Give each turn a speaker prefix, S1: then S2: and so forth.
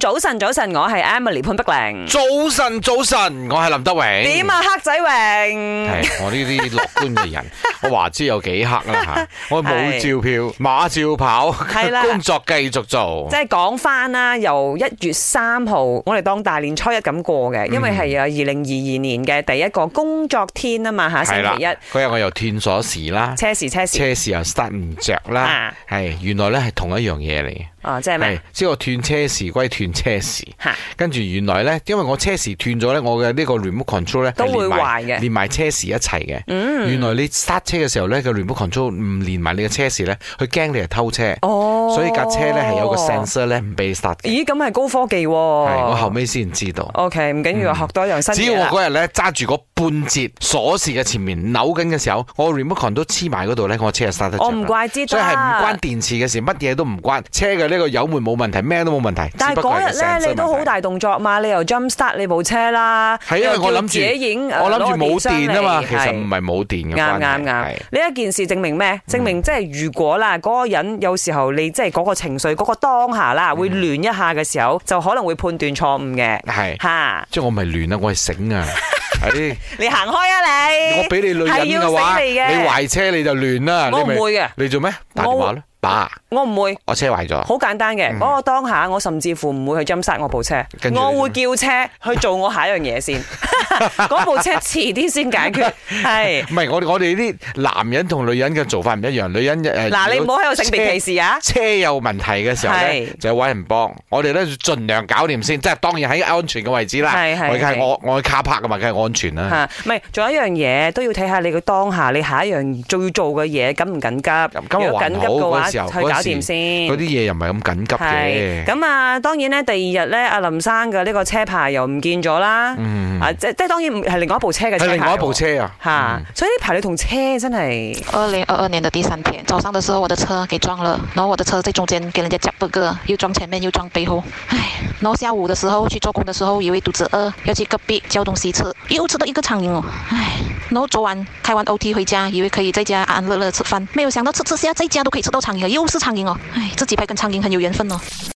S1: 早晨，早晨，我係 Emily 潘碧玲。
S2: 早晨，早晨，我係林德榮。
S1: 點啊，黑仔榮？
S2: 係我呢啲樂觀 嘅人，我話知有幾黑啦吓，我冇
S1: 係
S2: 照票，馬照跑，
S1: 係啦
S2: 工作繼續做
S1: 即。係講翻啦，由一月三號，我哋當大年初一咁過
S2: 嗯
S1: 嘅，因為係啊二零二二年嘅第一個工作天啊嘛吓，星
S2: 係啦
S1: 期一，
S2: 嗰日我又斷鎖匙啦，
S1: 車時車時
S2: 車匙又塞唔着啦
S1: 啊，
S2: 係原來咧係同一樣嘢嚟嘅。
S1: 啊，即係
S2: 係
S1: 咩，
S2: 即係我斷車匙歸斷車匙，
S1: 吓？
S2: 跟住原來咧，因為我車匙斷咗咧，我嘅呢個 remote control 咧
S1: 都會
S2: 係連埋
S1: 壞嘅嗯
S2: 連埋車匙一齊嘅。原來你剎車嘅時候咧，個 remote control 唔連埋你嘅車匙咧，佢驚你係偷車，
S1: 哦
S2: 所以架車咧係有個 sensor 咧唔俾你剎嘅。
S1: 咦，咁係高科技喎。
S2: 係我後尾先知道。
S1: OK，唔緊要，學多一哦樣新
S2: 只
S1: 嘢
S2: 要我
S1: 啦。
S2: 嗰日咧揸住個半截鎖匙嘅前面扭緊嘅時候，我 remote control 黐埋嗰度咧，我車就剎得着啦
S1: 我唔怪之得，
S2: 所以係唔關電池嘅事，乜嘢都唔關。車嘅呢個油門冇問題，咩都冇問題。
S1: 但係
S2: 只不過
S1: 嗰
S2: 係個
S1: 日咧，
S2: sensor
S1: 你都好
S2: 問題
S1: 大動作嘛，你又 jump start 你部車啦，
S2: 係因為啊我諗
S1: 自己影，呃
S2: 住，我諗住冇電啊嘛，其實唔嗯
S1: 係。
S2: 係冇電
S1: 啱
S2: 嘅關
S1: 啱
S2: 係
S1: 啱，
S2: 係
S1: 呢一件事證明咩？證明即係如果啦，嗰個人有時候你即係嗰個情緒、嗰個當下啦，
S2: 嗯
S1: 會亂一下嘅時候，就可能會判斷錯誤嘅。
S2: 係
S1: 嚇，
S2: 即係我唔係亂啊，我係醒 啊。唉，
S1: 你行開啊你！
S2: 我俾你女人
S1: 係要
S2: 嘅話，
S1: 死
S2: 你
S1: 你嘅，
S2: 壞車你就亂啦。
S1: 我
S2: 你咪
S1: 唔會嘅
S2: 你做咩？打電話咧，爸，
S1: 我唔會。
S2: 我車壞咗。
S1: 好簡單嘅，嗰個當下我甚至乎唔會去 jump 我部車，
S2: 嗯跟住
S1: 我會叫車去做我下一樣嘢 先，嗰部車遲啲先解決。 係
S2: 唔係我哋我哋呢啲男人同女人嘅做法唔一樣，女人呃誒
S1: 嗱，你唔好喺度性別歧視啊！
S2: 車車有問題嘅時候咧
S1: 係，
S2: 就揾人幫。我哋咧盡量搞掂先，即係當然喺安全嘅位置啦。
S1: 係係
S2: 我而家係
S1: 係
S2: 我我喺卡拍噶嘛，梗係安全啦。
S1: 嚇，唔係，仲有一樣嘢都要睇下你個當下，你下一樣最要做嘅嘢緊唔緊急？
S2: 咁今日
S1: 如果緊
S2: 還
S1: 急
S2: 好
S1: 嘅話，
S2: 嗰時候，
S1: 去搞
S2: 嗰
S1: 掂
S2: 時
S1: 先
S2: 嗰啲。嘢又唔係咁緊急
S1: 係
S2: 嘅。
S1: 咁啊，當然咧，第二日咧，阿林生嘅呢個車牌又唔見咗啦。啊，即即當然唔係另外一部車嘅車
S2: 嗯係
S1: 牌喎。
S2: 另外一部車啊，
S1: 嚇，所以呢排你同車真係。
S3: 二零二二年的第三天早上的时候，我的车给撞了，然后我的车在中间给人家夹不个，又撞前面又撞背后，唉。然后下午的时候去做工的时候，以为肚子饿，要去隔壁叫东西吃，又吃到一个苍蝇哦，唉。然后昨晚开完 OT 回家，以为可以在家安安乐乐吃饭，没有想到吃吃下在家都可以吃到苍蝇了，又是苍蝇哦，唉，这几排跟苍蝇很有缘分哦。